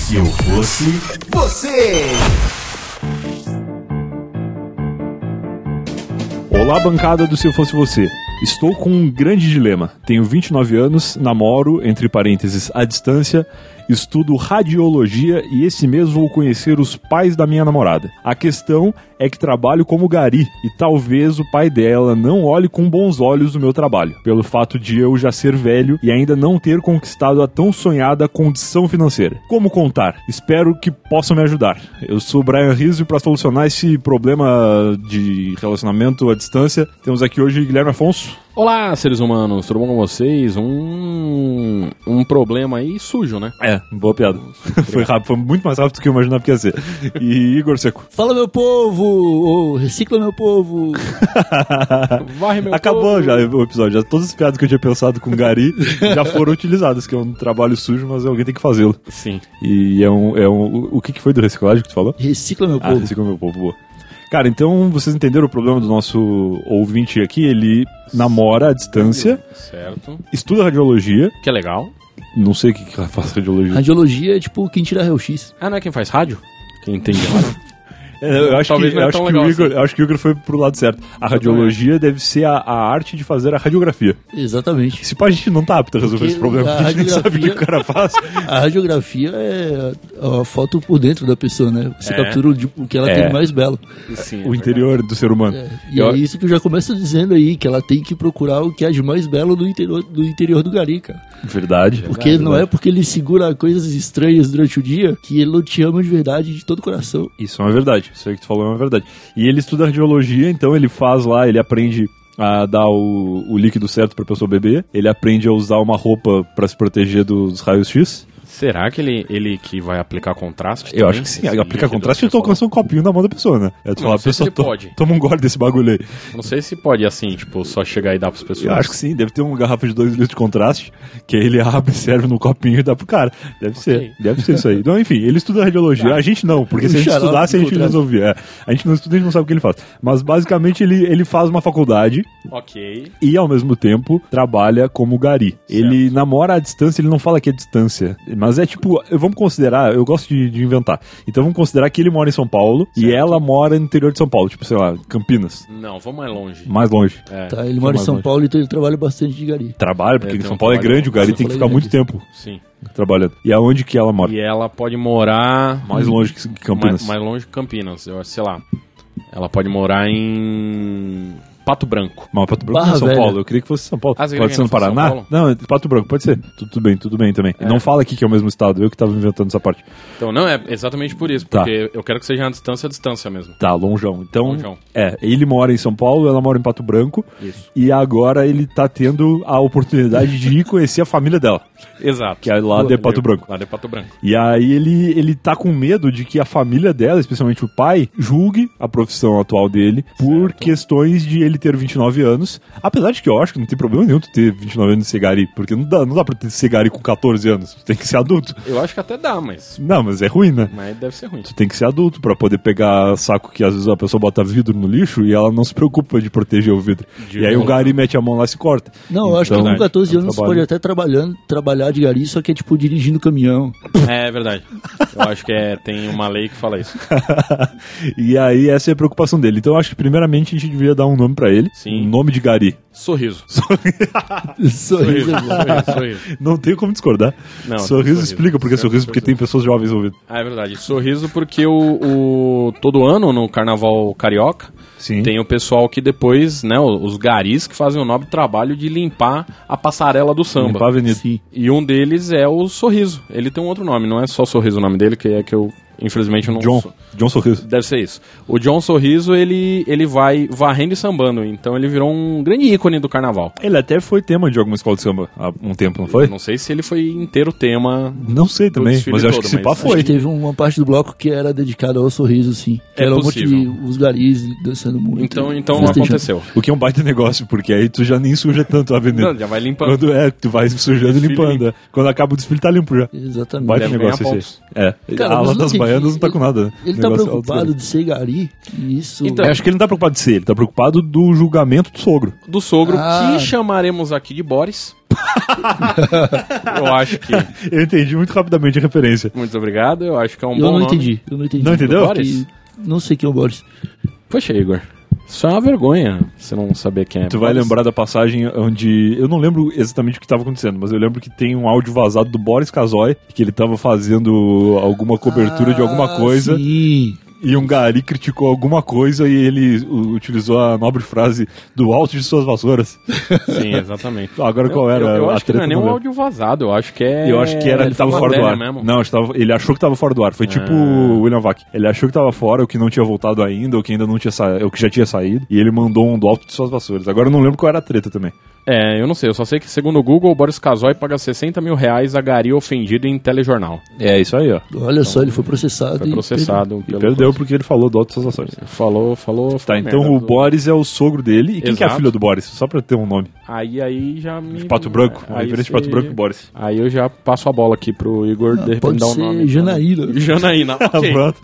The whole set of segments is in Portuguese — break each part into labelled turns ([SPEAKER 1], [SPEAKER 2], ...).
[SPEAKER 1] Se eu fosse você.
[SPEAKER 2] Olá, bancada do Se Eu Fosse Você. Estou com um grande dilema. Tenho 29 anos, namoro, entre parênteses, à distância, estudo radiologia e esse mês vou conhecer os pais da minha namorada. A questão é que trabalho como gari e talvez o pai dela não olhe com bons olhos o meu trabalho, pelo fato de eu já ser velho e ainda não ter conquistado a tão sonhada condição financeira. Como contar? Espero que possam me ajudar. Eu sou o Brian Rizzo e para solucionar esse problema de relacionamento à distância, temos aqui hoje Guilherme Afonso.
[SPEAKER 3] Olá, seres humanos, tudo bom com vocês? Um, um problema aí sujo, né?
[SPEAKER 2] É, boa piada. foi rápido, foi muito mais rápido do que eu imaginava que ia ser. E Igor Seco.
[SPEAKER 4] Fala meu povo! Ou recicla meu povo!
[SPEAKER 3] Varre meu
[SPEAKER 2] Acabou
[SPEAKER 3] povo.
[SPEAKER 2] já o episódio. Já todas as piadas que eu tinha pensado com Gari já foram utilizadas, que é um trabalho sujo, mas alguém tem que fazê-lo.
[SPEAKER 3] Sim.
[SPEAKER 2] E é um. É um o que, que foi do reciclagem que tu falou?
[SPEAKER 4] Recicla meu
[SPEAKER 2] Ah,
[SPEAKER 4] povo!
[SPEAKER 2] recicla meu povo, boa. Cara, então vocês entenderam o problema do nosso ouvinte aqui? Ele namora à distância,
[SPEAKER 3] Certo.
[SPEAKER 2] estuda radiologia,
[SPEAKER 3] Que é legal.
[SPEAKER 2] não sei o que, que ela faz radiologia.
[SPEAKER 4] Radiologia é tipo quem tira raio-x.
[SPEAKER 3] Ah, não é quem faz rádio? Quem entende rádio.
[SPEAKER 2] É, eu acho
[SPEAKER 3] Talvez
[SPEAKER 2] que,
[SPEAKER 3] não é
[SPEAKER 2] eu acho,
[SPEAKER 3] tão
[SPEAKER 2] que o
[SPEAKER 3] legal
[SPEAKER 2] Igor, eu acho que o Igor foi pro lado certo. A radiologia deve ser a, a arte de fazer a radiografia.
[SPEAKER 4] Exatamente.
[SPEAKER 2] Se pá, a gente não tá apto a resolver
[SPEAKER 4] Porque
[SPEAKER 2] esse problema,
[SPEAKER 4] a
[SPEAKER 2] porque a gente nem sabe o que o
[SPEAKER 4] radiografia-
[SPEAKER 2] cara faz.
[SPEAKER 4] A radiografia é a- a foto por dentro da pessoa, né? Você
[SPEAKER 3] É.
[SPEAKER 4] captura o de- o que ela
[SPEAKER 2] É.
[SPEAKER 4] tem de mais belo.
[SPEAKER 3] Sim, é
[SPEAKER 2] o interior do ser humano.
[SPEAKER 4] E
[SPEAKER 3] Eu-
[SPEAKER 4] é isso que eu já começo dizendo aí, que ela tem que procurar o que é de mais belo do interior do, interior do gari, cara.
[SPEAKER 2] Verdade.
[SPEAKER 4] Porque não é porque ele segura coisas estranhas durante o dia que ele não te ama de verdade de todo o coração.
[SPEAKER 2] Isso é uma verdade. Isso aí que tu falou é uma verdade. E ele estuda radiologia, então ele faz lá, ele aprende a dar o, o líquido certo pra pessoa beber, ele aprende a usar uma roupa pra se proteger dos raios X.
[SPEAKER 3] Será que ele, ele que vai aplicar contraste? é
[SPEAKER 2] Eu acho que sim. Aplica contraste e tu
[SPEAKER 3] estou
[SPEAKER 2] alcança um copinho na mão da pessoa, né? É tu
[SPEAKER 3] Não
[SPEAKER 2] falar,
[SPEAKER 3] sei se
[SPEAKER 2] pessoa,
[SPEAKER 3] ele
[SPEAKER 2] to-
[SPEAKER 3] pode."
[SPEAKER 2] toma um gole desse bagulho aí.
[SPEAKER 3] Não sei se pode assim, tipo, só chegar e dar pras pessoas.
[SPEAKER 2] Eu acho que sim, deve ter uma garrafa de 2 litros de contraste, que aí ele abre, serve no copinho e dá pro cara. Deve ser, deve ser isso aí. Então, enfim, ele estuda
[SPEAKER 4] Tá.
[SPEAKER 2] radiologia, a gente não, porque se a gente
[SPEAKER 4] Xarope
[SPEAKER 2] estudasse, a
[SPEAKER 4] de
[SPEAKER 2] gente
[SPEAKER 4] contraste.
[SPEAKER 2] resolvia. É, a gente não estuda, a gente não sabe o que ele faz. Mas basicamente ele, ele faz uma faculdade
[SPEAKER 3] Ok.
[SPEAKER 2] e, ao mesmo tempo, trabalha como gari. Ele namora à distância, ele não fala que é distância. Mas é tipo, eu- vamos considerar, eu gosto de, de inventar. Então vamos considerar que ele mora em São Paulo e ela mora no interior de São Paulo, tipo, sei lá, Campinas.
[SPEAKER 3] Não, vamos mais longe.
[SPEAKER 2] Mais longe.
[SPEAKER 3] É.
[SPEAKER 4] Tá? Ele mora em
[SPEAKER 2] mais
[SPEAKER 4] São
[SPEAKER 2] longe.
[SPEAKER 4] Paulo, então ele trabalha bastante de gari.
[SPEAKER 2] Trabalho, porque
[SPEAKER 3] É,
[SPEAKER 2] em
[SPEAKER 3] tem
[SPEAKER 2] São
[SPEAKER 3] um
[SPEAKER 2] Paulo é
[SPEAKER 3] trabalho.
[SPEAKER 2] grande, o gari
[SPEAKER 4] então São
[SPEAKER 2] tem que ficar
[SPEAKER 4] Paulo é
[SPEAKER 2] muito tempo
[SPEAKER 3] Sim.
[SPEAKER 2] trabalhando. E aonde que ela mora?
[SPEAKER 3] E ela pode morar
[SPEAKER 2] Mais longe que Campinas.
[SPEAKER 3] Mais, mais longe que Campinas, eu acho, sei lá. Ela pode morar em Pato Branco.
[SPEAKER 2] Mas Pato Branco
[SPEAKER 4] Barra
[SPEAKER 2] não é São
[SPEAKER 4] Velha.
[SPEAKER 2] Paulo, eu queria que fosse São Paulo.
[SPEAKER 3] Ah, você queria
[SPEAKER 2] pode
[SPEAKER 3] que
[SPEAKER 2] ser no
[SPEAKER 3] fosse São
[SPEAKER 2] Paraná?
[SPEAKER 3] Paulo?
[SPEAKER 2] Não, é Pato Branco, pode ser. Tudo, tudo bem, tudo bem também. E Não fala aqui que é o mesmo estado, eu que tava inventando essa parte.
[SPEAKER 3] Então, não, é exatamente por isso,
[SPEAKER 2] Tá.
[SPEAKER 3] porque eu quero que seja a distância, a distância mesmo.
[SPEAKER 2] Tá, longeão. Então,
[SPEAKER 3] Longeão.
[SPEAKER 2] é, ele mora em São Paulo, ela mora em Pato Branco.
[SPEAKER 3] Isso.
[SPEAKER 2] E agora ele tá tendo a oportunidade de ir conhecer a família dela,
[SPEAKER 3] Exato.
[SPEAKER 2] que é lá de Pato Branco.
[SPEAKER 3] Lá de Pato Branco.
[SPEAKER 2] E aí ele, ele tá com medo de que a família dela, especialmente o pai, julgue a profissão atual dele por questões de ele ter 29 anos. Apesar de que eu acho que não tem problema nenhum tu ter 29 anos e ser gari, porque não dá, não dá pra ter ser gari com 14 anos, tu tem que ser adulto.
[SPEAKER 3] Eu acho que até dá, mas,
[SPEAKER 2] Não, mas é ruim, né?
[SPEAKER 3] mas deve ser ruim.
[SPEAKER 2] Tu tem que ser adulto pra poder pegar saco que às vezes a pessoa bota vidro no lixo e ela não se preocupa de proteger o vidro.
[SPEAKER 3] De
[SPEAKER 2] e aí o
[SPEAKER 3] volta.
[SPEAKER 2] gari mete a mão lá e se corta.
[SPEAKER 4] Não, eu acho que
[SPEAKER 2] Então,
[SPEAKER 4] com 14
[SPEAKER 2] é um
[SPEAKER 4] anos você
[SPEAKER 2] trabalho.
[SPEAKER 4] pode até trabalhando, trabalhar de gari, só que é tipo dirigindo caminhão.
[SPEAKER 3] É verdade. Eu acho que é, tem uma lei que fala isso.
[SPEAKER 2] e aí essa é a preocupação dele. Então eu acho que primeiramente a gente devia dar um nome pra ele.
[SPEAKER 3] Sim.
[SPEAKER 2] Um nome de gari.
[SPEAKER 3] Sorriso.
[SPEAKER 4] Sorriso.
[SPEAKER 3] Sorriso, sorriso, sorriso.
[SPEAKER 2] Não tem como discordar.
[SPEAKER 3] Não,
[SPEAKER 2] sorriso,
[SPEAKER 3] sorriso.
[SPEAKER 2] explica porque sorriso, porque tem pessoas jovens ouvindo.
[SPEAKER 3] Ah, é verdade. Sorriso porque o, o- todo ano no Carnaval Carioca
[SPEAKER 2] Sim.
[SPEAKER 3] tem o pessoal que depois, né, o- os garis que fazem o nobre trabalho de limpar a passarela do samba.
[SPEAKER 2] Limpar a avenida.
[SPEAKER 4] Sim.
[SPEAKER 3] E um deles é o Sorriso. Ele tem um outro nome, não é só Sorriso o nome dele, que é que eu, infelizmente, eu não
[SPEAKER 2] John.
[SPEAKER 3] sou-
[SPEAKER 2] John Sorriso.
[SPEAKER 3] Deve ser isso. O John Sorriso, ele, ele vai varrendo e sambando. Então ele virou um grande ícone do carnaval.
[SPEAKER 2] Ele até foi tema de alguma escola de samba há um tempo, não foi?
[SPEAKER 3] Não sei se ele foi inteiro tema.
[SPEAKER 2] Não sei também,
[SPEAKER 3] desfile
[SPEAKER 2] mas eu acho
[SPEAKER 3] todo,
[SPEAKER 2] que se
[SPEAKER 3] mas
[SPEAKER 2] pá
[SPEAKER 3] acho
[SPEAKER 2] foi.
[SPEAKER 4] Acho que teve uma parte do bloco que era dedicada ao sorriso, sim.
[SPEAKER 3] É
[SPEAKER 4] era um monte de
[SPEAKER 3] possível.
[SPEAKER 4] os garis dançando muito.
[SPEAKER 3] Então, então
[SPEAKER 4] festejando.
[SPEAKER 3] aconteceu.
[SPEAKER 2] O que é um baita negócio, porque aí tu já nem suja tanto a avenida.
[SPEAKER 3] Não, já vai limpando.
[SPEAKER 2] Quando é, tu vai sujando e
[SPEAKER 3] Desfile
[SPEAKER 2] limpando. é. Quando acaba o desfile, tá limpo já.
[SPEAKER 4] Exatamente.
[SPEAKER 2] Baita
[SPEAKER 3] Deve
[SPEAKER 2] negócio
[SPEAKER 3] ganhar
[SPEAKER 2] esse. aí. É.
[SPEAKER 4] Cara,
[SPEAKER 2] a ala
[SPEAKER 4] mas não
[SPEAKER 2] das
[SPEAKER 4] tem-
[SPEAKER 2] baianas não tá
[SPEAKER 4] ele-
[SPEAKER 2] com nada. né?
[SPEAKER 4] Ele tá
[SPEAKER 2] Negócio
[SPEAKER 4] preocupado
[SPEAKER 2] alto.
[SPEAKER 4] de ser gari? e Isso.
[SPEAKER 3] Então,
[SPEAKER 2] Eu acho que ele não tá preocupado de ser, ele tá preocupado do julgamento do sogro.
[SPEAKER 3] Do sogro,
[SPEAKER 4] Ah.
[SPEAKER 3] que chamaremos aqui de Boris. Eu acho que.
[SPEAKER 2] Eu entendi muito rapidamente a referência.
[SPEAKER 3] Muito obrigado, eu acho que é um
[SPEAKER 4] eu
[SPEAKER 3] bom
[SPEAKER 4] não
[SPEAKER 3] nome.
[SPEAKER 4] entendi. Eu não entendi.
[SPEAKER 2] Não entendeu?
[SPEAKER 4] Porque- Não sei quem é o Boris.
[SPEAKER 3] Poxa, Igor. Isso é uma vergonha você não saber quem é.
[SPEAKER 2] Tu vai
[SPEAKER 3] Boris.
[SPEAKER 2] lembrar da passagem onde. Eu não lembro exatamente o que estava acontecendo, mas eu lembro que tem um áudio vazado do Boris Casoy, que ele tava fazendo alguma cobertura de alguma
[SPEAKER 4] Ah,
[SPEAKER 2] coisa.
[SPEAKER 4] Sim.
[SPEAKER 2] E um gari criticou alguma coisa e ele u- utilizou a nobre frase do alto de suas vassouras.
[SPEAKER 3] Sim, exatamente.
[SPEAKER 2] Agora qual era
[SPEAKER 3] Eu, eu
[SPEAKER 2] a
[SPEAKER 3] acho que não é
[SPEAKER 2] treta,
[SPEAKER 3] nem
[SPEAKER 2] não
[SPEAKER 3] um
[SPEAKER 2] lembro.
[SPEAKER 3] áudio vazado, eu acho que é.
[SPEAKER 2] Eu acho que era que tava
[SPEAKER 3] uma
[SPEAKER 2] fora do
[SPEAKER 3] matéria
[SPEAKER 2] ar.
[SPEAKER 3] Mesmo.
[SPEAKER 2] Não, acho que tava- ele achou que tava fora do ar. Foi tipo o William Vac. Ele achou que tava fora, ou que não tinha voltado ainda, ou que ainda não tinha saído, ou que já tinha saído. E ele mandou um do alto de suas vassouras. Agora eu não lembro qual era a treta também.
[SPEAKER 3] É, eu não sei, eu só sei que segundo o Google, o Boris Casoy paga 60 mil reais a Gari ofendido em telejornal.
[SPEAKER 2] É isso aí, ó.
[SPEAKER 4] Olha só, ele foi processado.
[SPEAKER 3] Foi
[SPEAKER 4] e
[SPEAKER 3] processado
[SPEAKER 2] E
[SPEAKER 3] pelo.
[SPEAKER 2] perdeu porque ele falou do alto de suas vassouras.
[SPEAKER 3] Falou, falou.
[SPEAKER 2] Tá,
[SPEAKER 3] falou
[SPEAKER 2] então
[SPEAKER 3] merda.
[SPEAKER 2] o Boris é o sogro dele. E quem que é a
[SPEAKER 3] Exato.
[SPEAKER 2] filha do Boris? Só pra ter um nome.
[SPEAKER 3] Aí, aí já me. é.
[SPEAKER 2] De Pato Branco.
[SPEAKER 3] Aí
[SPEAKER 2] é, Aí vira de
[SPEAKER 3] cê-
[SPEAKER 2] Pato Branco Boris.
[SPEAKER 3] Aí eu já passo a bola aqui pro Igor, de repente
[SPEAKER 4] Ah, pode
[SPEAKER 3] dar um
[SPEAKER 4] ser
[SPEAKER 3] nome.
[SPEAKER 4] Janaína.
[SPEAKER 3] Janaína. ok.
[SPEAKER 2] Pronto.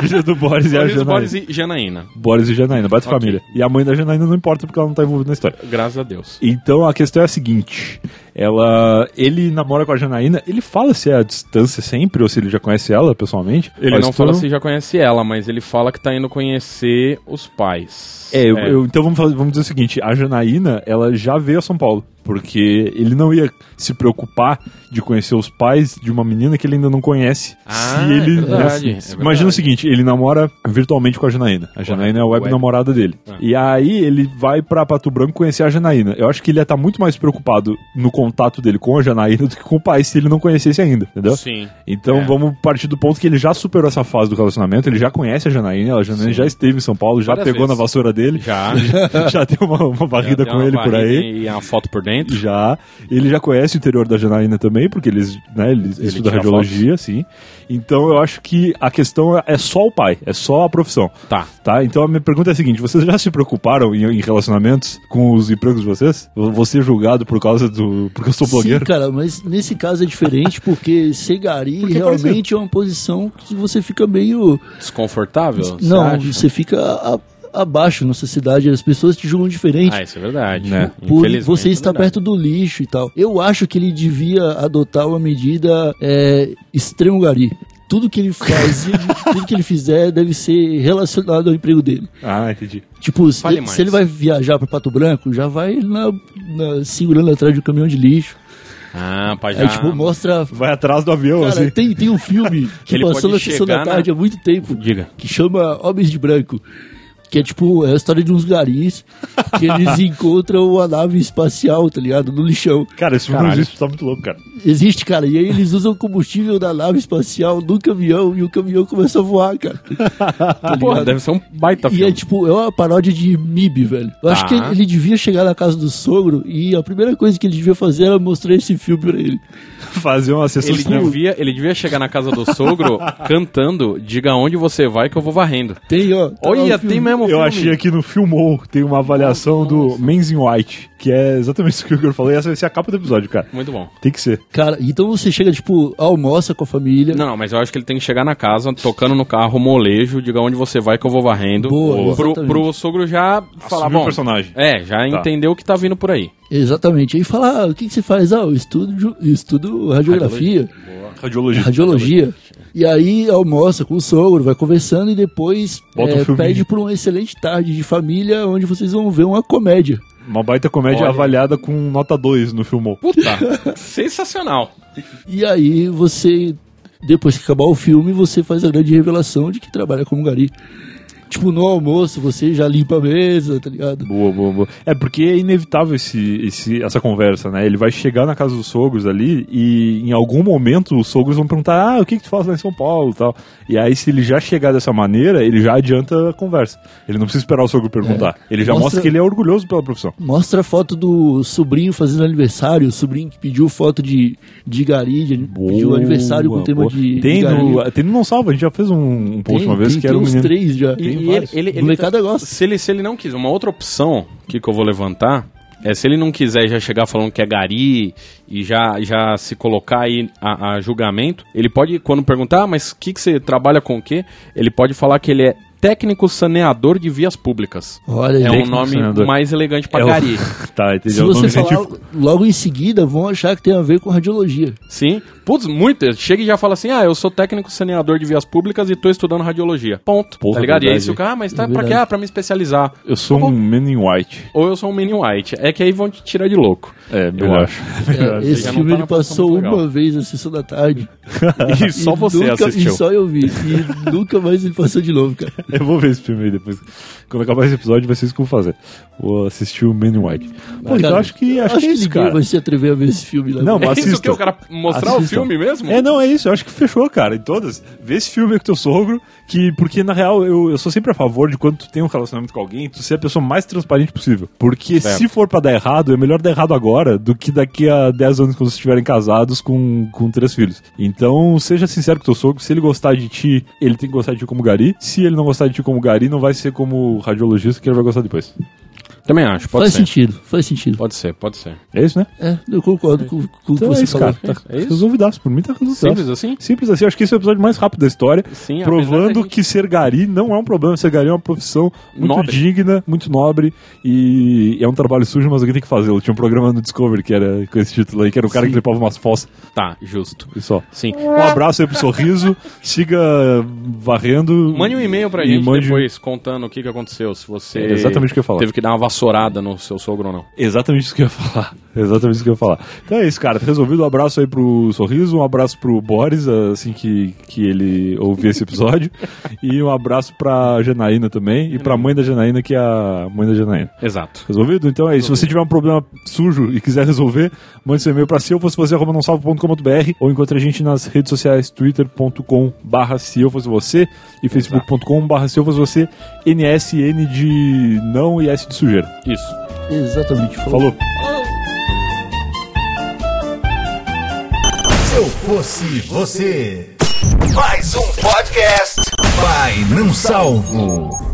[SPEAKER 2] Filha do Boris e a
[SPEAKER 3] Sorriso,
[SPEAKER 2] Janaína.
[SPEAKER 3] Boris e Janaína.
[SPEAKER 2] Boris e Janaína, bate
[SPEAKER 3] Ok.
[SPEAKER 2] família. E a mãe da Janaína não importa porque ela não tá envolvida na história.
[SPEAKER 3] Graças a Deus.
[SPEAKER 2] Então a questão é a seguinte: ela, ele namora com a Janaína, ele fala se é à distância sempre ou se ele já conhece ela pessoalmente.
[SPEAKER 3] Ele
[SPEAKER 2] Mas
[SPEAKER 3] não
[SPEAKER 2] tu
[SPEAKER 3] fala se já conhece ela, mas ele fala que tá indo conhecer os pais.
[SPEAKER 2] É, eu- eu- então vamos, fazer- vamos dizer o seguinte: a Janaína, ela já veio a São Paulo, porque ele não ia se preocupar de conhecer os pais de uma menina que ele ainda não conhece.
[SPEAKER 3] Ah,
[SPEAKER 2] se ele,
[SPEAKER 3] é verdade,
[SPEAKER 2] né,
[SPEAKER 3] é
[SPEAKER 2] se-
[SPEAKER 3] verdade.
[SPEAKER 2] imagina o seguinte: ele namora virtualmente com a Janaína. A Janaína é a web,
[SPEAKER 3] web.
[SPEAKER 2] namorada dele.
[SPEAKER 3] Ah.
[SPEAKER 2] E aí ele vai pra Pato Branco conhecer a Janaína. Eu acho que ele ia estar muito mais preocupado no contato dele com a Janaína do que com o pai se ele não conhecesse ainda, entendeu?
[SPEAKER 3] Sim.
[SPEAKER 2] Então
[SPEAKER 3] É.
[SPEAKER 2] vamos partir do ponto que ele já superou essa fase do relacionamento, ele já conhece a Janaína, a Janaína
[SPEAKER 3] Sim.
[SPEAKER 2] já esteve em São Paulo, já
[SPEAKER 3] Várias
[SPEAKER 2] pegou
[SPEAKER 3] vezes.
[SPEAKER 2] na vassoura dele,
[SPEAKER 3] Já.
[SPEAKER 2] já deu uma, uma varrida
[SPEAKER 3] Tem
[SPEAKER 2] com
[SPEAKER 3] uma
[SPEAKER 2] ele por
[SPEAKER 3] barriga
[SPEAKER 2] aí.
[SPEAKER 3] E a foto por dentro.
[SPEAKER 2] Já. Ele já conhece o interior da Janaína também, porque eles, né, eles
[SPEAKER 3] Ele
[SPEAKER 2] estudam
[SPEAKER 3] tira
[SPEAKER 2] radiologia, sim. Então eu acho que a questão é só o pai, é só a profissão.
[SPEAKER 3] Tá.
[SPEAKER 2] Tá? Então a minha pergunta é a seguinte: vocês já se preocuparam em, em relacionamentos com os empregos de vocês? Você julgado por causa do. porque eu sou
[SPEAKER 4] Sim,
[SPEAKER 2] blogueiro?
[SPEAKER 4] cara, mas nesse caso é diferente porque ser gari
[SPEAKER 2] Porque
[SPEAKER 4] realmente é uma posição que você fica meio.
[SPEAKER 3] Desconfortável? você
[SPEAKER 4] não,
[SPEAKER 3] acha?
[SPEAKER 4] você fica a- abaixo na sociedade, as pessoas te julgam diferente.
[SPEAKER 3] Ah, isso é verdade.
[SPEAKER 2] Né?
[SPEAKER 4] Por
[SPEAKER 3] Infelizmente,
[SPEAKER 4] você
[SPEAKER 3] é
[SPEAKER 4] estar
[SPEAKER 3] verdade.
[SPEAKER 4] perto do lixo e tal. Eu acho que ele devia adotar uma medida é, extremo gari. Tudo que ele faz, e tudo que ele fizer deve ser relacionado ao emprego dele.
[SPEAKER 2] Ah, entendi.
[SPEAKER 4] Tipo, se,
[SPEAKER 3] Fale
[SPEAKER 4] ele- se
[SPEAKER 3] mais.
[SPEAKER 4] ele vai viajar para Pato Branco, já vai na- na- segurando atrás de um caminhão de lixo.
[SPEAKER 3] Ah, pá, já.
[SPEAKER 4] Aí, tipo, mostra
[SPEAKER 2] Vai atrás do avião,
[SPEAKER 4] Cara,
[SPEAKER 2] assim.
[SPEAKER 4] tem, tem um filme que
[SPEAKER 3] Ele
[SPEAKER 4] passou
[SPEAKER 3] pode
[SPEAKER 4] na sessão
[SPEAKER 3] chegar né?
[SPEAKER 4] da
[SPEAKER 3] na-
[SPEAKER 4] tarde há muito tempo,
[SPEAKER 3] Diga.
[SPEAKER 4] que chama Homens de Branco. Que é tipo, é a história de uns garis que eles encontram a nave espacial, tá ligado? No lixão.
[SPEAKER 2] Cara, esse filme não
[SPEAKER 3] Caralho.
[SPEAKER 2] existe, tá muito louco, cara.
[SPEAKER 4] Existe, cara. E aí eles usam o combustível da nave espacial no caminhão e o caminhão começa a voar, cara. Tá
[SPEAKER 3] Porra,
[SPEAKER 4] ligado?
[SPEAKER 3] deve ser um baita
[SPEAKER 4] E é
[SPEAKER 3] filme.
[SPEAKER 4] tipo, é uma paródia de MIB, velho. Eu acho
[SPEAKER 3] Tá.
[SPEAKER 4] que ele, ele devia chegar na casa do sogro e a primeira coisa que ele devia fazer era mostrar esse filme pra ele.
[SPEAKER 2] Fazer uma
[SPEAKER 4] um
[SPEAKER 2] sessão
[SPEAKER 3] Ele
[SPEAKER 2] de cinema.
[SPEAKER 3] devia, ele devia chegar na casa do sogro cantando Diga onde você vai que eu vou varrendo.
[SPEAKER 4] Tem, ó. tá lá o
[SPEAKER 3] Olha,
[SPEAKER 4] filme.
[SPEAKER 3] tem mesmo
[SPEAKER 2] Eu
[SPEAKER 3] filme.
[SPEAKER 2] achei aqui no Filmou, tem uma avaliação do Men's in White, que é exatamente isso que o Igor falou, e essa vai ser a capa do episódio, cara.
[SPEAKER 3] Muito bom.
[SPEAKER 2] Tem que ser.
[SPEAKER 4] Cara, então você chega, tipo, almoça com a família.
[SPEAKER 3] Não, não, mas eu acho que ele tem que chegar na casa, tocando no carro, molejo, diga onde você vai que eu vou varrendo.
[SPEAKER 4] Boa,
[SPEAKER 3] pro,
[SPEAKER 4] exatamente.
[SPEAKER 3] pro sogro já falar,
[SPEAKER 2] Assumir o
[SPEAKER 3] bom.
[SPEAKER 2] personagem.
[SPEAKER 3] É, já entendeu o que tá vindo por aí.
[SPEAKER 4] Exatamente. Aí fala, ah, o que, que você faz? Ah, eu estudo, ju- eu estudo radiografia,
[SPEAKER 2] Radiologia.
[SPEAKER 4] radiologia. E aí almoça com o sogro, vai conversando e depois
[SPEAKER 2] Bota um
[SPEAKER 4] é,
[SPEAKER 2] filminho.
[SPEAKER 4] pede por uma excelente tarde de família onde vocês vão ver uma comédia.
[SPEAKER 2] Uma baita comédia
[SPEAKER 3] Olha.
[SPEAKER 2] avaliada com nota 2 no Filmou.
[SPEAKER 3] Puta, sensacional.
[SPEAKER 4] E aí você, depois que acabar o filme, você faz a grande revelação de que trabalha como gari. Tipo, no almoço você já limpa a mesa, tá ligado?
[SPEAKER 2] Boa, boa, boa. É porque é inevitável esse, esse, essa conversa, né? Ele vai chegar na casa dos sogros ali e em algum momento os sogros vão perguntar: ah, o que, que tu faz lá em São Paulo e tal. E aí, se ele já chegar dessa maneira, ele já adianta a conversa. Ele não precisa esperar o sogro perguntar. Ele já
[SPEAKER 4] Mostra-
[SPEAKER 2] mostra que ele é orgulhoso pela profissão.
[SPEAKER 4] Mostra a foto do sobrinho fazendo aniversário, o sobrinho que pediu foto de, de gari, de, pediu
[SPEAKER 2] Boa,
[SPEAKER 4] aniversário com tema
[SPEAKER 2] boa.
[SPEAKER 4] de,
[SPEAKER 2] Tem
[SPEAKER 4] de gari.
[SPEAKER 2] no, tem no Não Salva, a gente já fez um, um post uma vez
[SPEAKER 4] tem,
[SPEAKER 2] que era um
[SPEAKER 4] uns
[SPEAKER 2] menino.
[SPEAKER 4] três já.
[SPEAKER 2] Tem
[SPEAKER 3] E
[SPEAKER 2] vários. Um
[SPEAKER 4] O molecada gosta.
[SPEAKER 3] Se ele, se ele não quiser, uma outra opção que, que eu vou levantar é se ele não quiser já chegar falando que é gari e já, já se colocar aí a, a julgamento, ele pode, quando perguntar, "Ah, mas o que, que você trabalha com o quê? Ele pode falar que ele é técnico saneador de vias públicas.
[SPEAKER 4] Olha,
[SPEAKER 3] É
[SPEAKER 4] gente.
[SPEAKER 3] um nome
[SPEAKER 2] saneador.
[SPEAKER 3] mais elegante pra
[SPEAKER 2] É o-
[SPEAKER 3] Gari.
[SPEAKER 2] Tá, entendi.
[SPEAKER 4] Se
[SPEAKER 2] É o
[SPEAKER 4] você
[SPEAKER 2] nome
[SPEAKER 4] falar
[SPEAKER 2] científico.
[SPEAKER 4] logo em seguida, vão achar que tem a ver com radiologia.
[SPEAKER 3] Sim. Putz, muito. Chega e já fala assim: ah, eu sou técnico saneador de vias públicas e tô estudando radiologia. Ponto.
[SPEAKER 2] Porra,
[SPEAKER 3] tá ligado? E aí
[SPEAKER 2] verdade.
[SPEAKER 3] se o cara, ah, mas tá
[SPEAKER 4] É
[SPEAKER 3] pra quê?
[SPEAKER 4] verdade.
[SPEAKER 3] Ah, pra me especializar.
[SPEAKER 2] Eu sou
[SPEAKER 4] Tá
[SPEAKER 2] um Men in White.
[SPEAKER 3] Ou eu sou um mini white. É que aí vão te tirar de louco.
[SPEAKER 2] É,
[SPEAKER 3] Eu
[SPEAKER 2] melhor.
[SPEAKER 4] É,
[SPEAKER 3] já
[SPEAKER 4] esse
[SPEAKER 3] não
[SPEAKER 4] filme
[SPEAKER 3] tá
[SPEAKER 4] ele
[SPEAKER 3] na posição
[SPEAKER 4] passou
[SPEAKER 3] muito legal.
[SPEAKER 4] uma vez na sessão da tarde.
[SPEAKER 3] E só
[SPEAKER 4] E
[SPEAKER 3] você
[SPEAKER 4] nunca,
[SPEAKER 3] assistiu.
[SPEAKER 4] E só eu vi. E nunca mais ele passou de novo, cara.
[SPEAKER 2] Eu vou ver esse filme aí depois. Quando acabar esse episódio, vai ser isso que eu vou fazer. Vou assistir o Men in White. Pô, então
[SPEAKER 4] Cara,
[SPEAKER 2] acho que, acho
[SPEAKER 4] acho
[SPEAKER 2] que é isso,
[SPEAKER 4] ninguém
[SPEAKER 2] cara.
[SPEAKER 4] vai se atrever a ver esse filme lá.
[SPEAKER 2] Não,
[SPEAKER 3] É
[SPEAKER 2] mas
[SPEAKER 3] isso que
[SPEAKER 2] assistam.
[SPEAKER 3] o cara mostrar o
[SPEAKER 2] Assistam.
[SPEAKER 3] filme mesmo?
[SPEAKER 2] É, não, é isso. Eu acho que fechou, cara. Em todas. Vê esse filme aí com teu sogro, que, porque na real eu, eu sou sempre a favor de quando tu tem um relacionamento com alguém, tu ser a pessoa mais transparente possível. Porque
[SPEAKER 3] Certo.
[SPEAKER 2] se for pra dar errado, é melhor dar errado agora do que daqui a 10 anos quando vocês estiverem casados com, com três filhos. Então, seja sincero com teu sogro. Se ele gostar de ti, ele tem que gostar de ti como gari. Se ele não gostar de ti como gari, não vai ser como radiologista que ele vai gostar depois.
[SPEAKER 3] Também acho, pode
[SPEAKER 4] faz
[SPEAKER 3] ser.
[SPEAKER 4] sentido, faz sentido.
[SPEAKER 3] Pode ser, pode ser.
[SPEAKER 2] É isso, né?
[SPEAKER 4] É, eu concordo com, com o que
[SPEAKER 2] Então é
[SPEAKER 4] você
[SPEAKER 2] isso,
[SPEAKER 4] falou.
[SPEAKER 2] cara. Tá
[SPEAKER 3] É isso.
[SPEAKER 2] resolvidaço. Por mim tá resolvidaço.
[SPEAKER 3] Simples assim?
[SPEAKER 2] Simples assim, acho que esse é o episódio mais rápido da história.
[SPEAKER 3] Sim, apesar da
[SPEAKER 2] provando
[SPEAKER 3] gente-
[SPEAKER 2] que ser gari não é um problema. Ser gari é uma profissão muito
[SPEAKER 3] Nobre.
[SPEAKER 2] digna, muito nobre e é um trabalho sujo, mas alguém tem que fazê-lo. Tinha um programa no Discovery que era com esse título aí, que era o cara que limpava umas fossas
[SPEAKER 3] Tá, justo.
[SPEAKER 2] e só.
[SPEAKER 3] Sim.
[SPEAKER 2] Um abraço aí pro sorriso, siga varrendo.
[SPEAKER 3] Mande um e-mail pra
[SPEAKER 2] e
[SPEAKER 3] gente
[SPEAKER 2] mande-
[SPEAKER 3] depois contando o que, que aconteceu, se você
[SPEAKER 2] É exatamente o que eu ia falar.
[SPEAKER 3] teve que dar uma vassourada no seu sogro ou não.
[SPEAKER 2] Exatamente isso que eu ia falar. Exatamente isso que eu ia falar. Então é isso, cara. Tá resolvido. Um abraço aí pro Sorriso, um abraço pro Boris, assim que, que ele ouvir esse episódio. e um abraço pra Janaína também. E pra mãe da Janaína, que é a mãe da Janaína.
[SPEAKER 3] Exato.
[SPEAKER 2] Resolvido? Então é isso. Se você tiver um problema sujo e quiser resolver, mande seu e-mail pra se eu fosse você, arroba nãosalvo.com.br ou encontre a gente nas redes sociais, twitter.com barra se eu fosse você e facebook.com barra se eu fosse você, NSN de não e S de sujeira.
[SPEAKER 3] Isso.
[SPEAKER 4] Exatamente.
[SPEAKER 2] Falou!
[SPEAKER 1] Se eu fosse você. Mais um podcast. Vai, não salvo.